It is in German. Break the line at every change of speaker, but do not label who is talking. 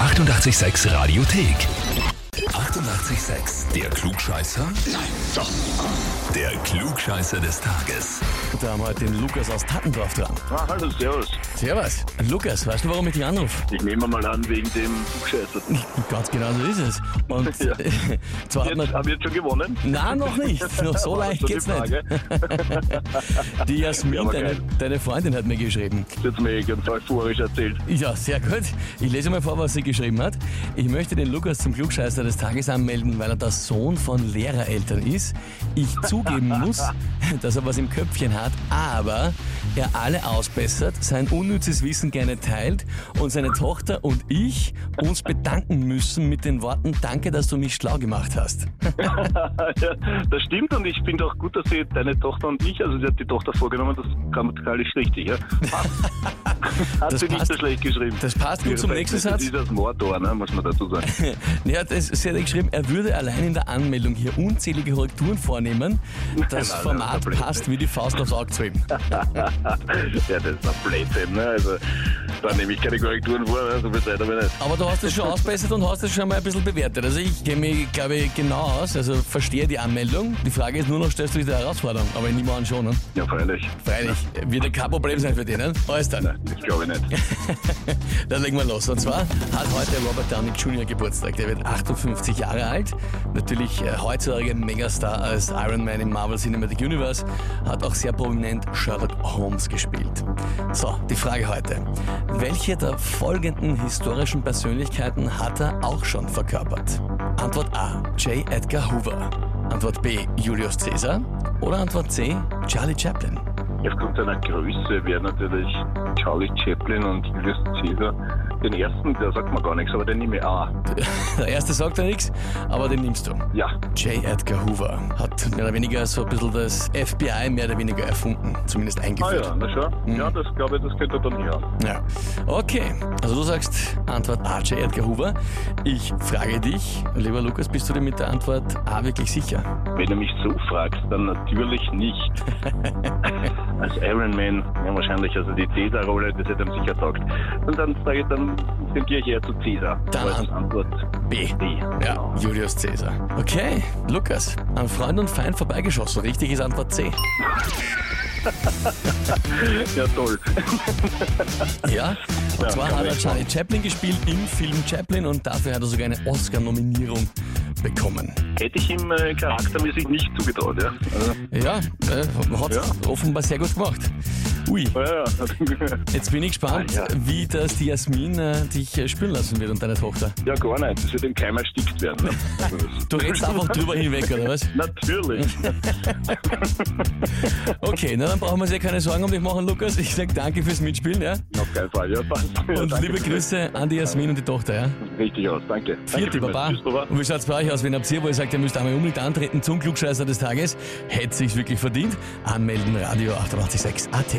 886 Radiothek. 88,6. Der Klugscheißer? Nein, doch. Der Klugscheißer des Tages.
Da haben wir heute den Lukas aus Tattendorf dran.
Ah, hallo, servus.
Servus. Lukas, weißt du, warum ich dich anrufe?
Ich nehme mal an, wegen dem Buchscheißer.
Ganz genau so ist es. Und
Ja.
zwar hat
Jetzt
man...
haben wir jetzt schon gewonnen.
Oh Nein, noch nicht. Noch so
War das
leicht
so die
geht's
Frage?
nicht. Die
Ja,
Jasmin,
aber
deine,
geil.
deine Freundin, hat mir geschrieben.
Das ist jetzt mir eh ganz euphorisch erzählt.
Ja, sehr gut. Ich lese mal vor, was sie geschrieben hat. Ich möchte den Lukas zum Klugscheißer des Tages anmelden, weil er der Sohn von Lehrereltern ist. Ich zugeben muss, dass er was im Köpfchen hat, aber er alle ausbessert, sein unnützes Wissen gerne teilt und seine Tochter und ich uns bedanken müssen mit den Worten Danke, dass du mich schlau gemacht hast.
Ah, das stimmt und ich finde auch gut, dass sie deine Tochter und ich, also sie hat die Tochter vorgenommen, das ist grammatikalisch richtig. Ja? Hat
Das
sie nicht
passt.
so schlecht geschrieben.
Das passt gut
Ihre
zum nächsten Satz.
Verhältnisse. Das ist das Mordor, ne, muss man dazu sagen.
Ja, das, sie hat geschrieben, er würde allein in der Anmeldung hier unzählige Korrekturen vornehmen. Das
Nein, nein, nein,
Format
Blödsinn.
passt wie die Faust aufs Auge zu ihm.
ja, das ist ein Blödsinn. Ne? Also, da nehme ich keine Korrekturen vor, ne? so viel Zeit haben wir nicht.
Aber du hast es schon ausbessert und hast es schon mal ein bisschen bewertet. Also ich kenne mich, glaube ich, genau aus. Also verstehe die Anmeldung. Die Frage ist nur noch, stellst du dich der Herausforderung? Aber ich nehme an schon. Ne?
Ja, freilich.
Freilich, wird ja kein Problem sein für den. Ne? Alles dann.
Nein, das glaube ich nicht.
Dann legen wir los. Und zwar hat heute Robert Downey Jr. Geburtstag. Der wird 58 Jahre alt. Natürlich äh, heutzutage Megastar als Iron Man im Marvel Cinematic Universe. Hat auch sehr prominent Sherlock Holmes gespielt. So, die Frage heute. Welche der folgenden historischen Persönlichkeiten hat er auch schon verkörpert? Antwort A. J. Edgar Hoover. Antwort B. Julius Caesar. Oder Antwort C. Charlie Chaplin.
Aufgrund seiner Größe wäre natürlich Charlie Chaplin und Julius Caesar. Den ersten, der sagt mir gar nichts, aber den nehme ich auch.
Der erste sagt ja nichts, aber den nimmst du.
Ja,
J. Edgar Hoover hat mehr oder weniger so ein bisschen das FBI mehr oder weniger erfunden, zumindest
ah
eingeführt.
ja, na schau. Ja, das glaube ich, das könnte er dann her.
ja. Okay, also du sagst Antwort A, J. Edgar Hoover. Ich frage dich, lieber Lukas, bist du dir mit der Antwort A wirklich sicher?
Wenn du mich so fragst, dann natürlich nicht. Als Iron Man, ja wahrscheinlich, also die Caesar-Rolle, das hätte ihm sicher taugt. Und dann sage ich, dann, dann gehe ich eher zu Caesar.
Dann
Als
an-
Antwort
B.
B. Genau.
Ja, Julius Caesar. Okay, Lukas, an Freund und Feind vorbeigeschossen. Richtig ist Antwort C.
Ja, toll.
Ja, und
Ja,
zwar
kann
hat er
ich
Charlie Chaplin gespielt im Film Chaplin und dafür hat er sogar eine Oscar-Nominierung bekommen.
Hätte ich ihm äh, charaktermäßig nicht zugetraut, ja. Also,
Ja, äh, hat
Ja.
offenbar sehr gut gemacht. Ui,
ja, ja.
Jetzt bin ich gespannt,
Ah, ja.
wie das die Jasmin äh, dich äh, spüren lassen wird und deine Tochter.
Ja, gar nicht. Das wird im Keim erstickt werden. ne? Also das-
Du redest einfach drüber hinweg, oder was?
Natürlich.
Okay, na dann brauchen wir uns ja keine Sorgen um dich machen, Lukas. Ich sag danke fürs Mitspielen, ja?
Auf keinen Fall. Ja, passt.
Und liebe Grüße an die Jasmin und die Tochter, ja?
Richtig aus. Danke.
Vierte,
Danke vielmals.
Baba.
Tschüss, Baba.
Und wie schaut's bei euch aus, wenn habt ihr, wo ihr sagt, ihr müsst einmal unbedingt antreten zum Klugscheißer des Tages? Hätte sich's wirklich verdient? Anmelden, Radio 886 AT.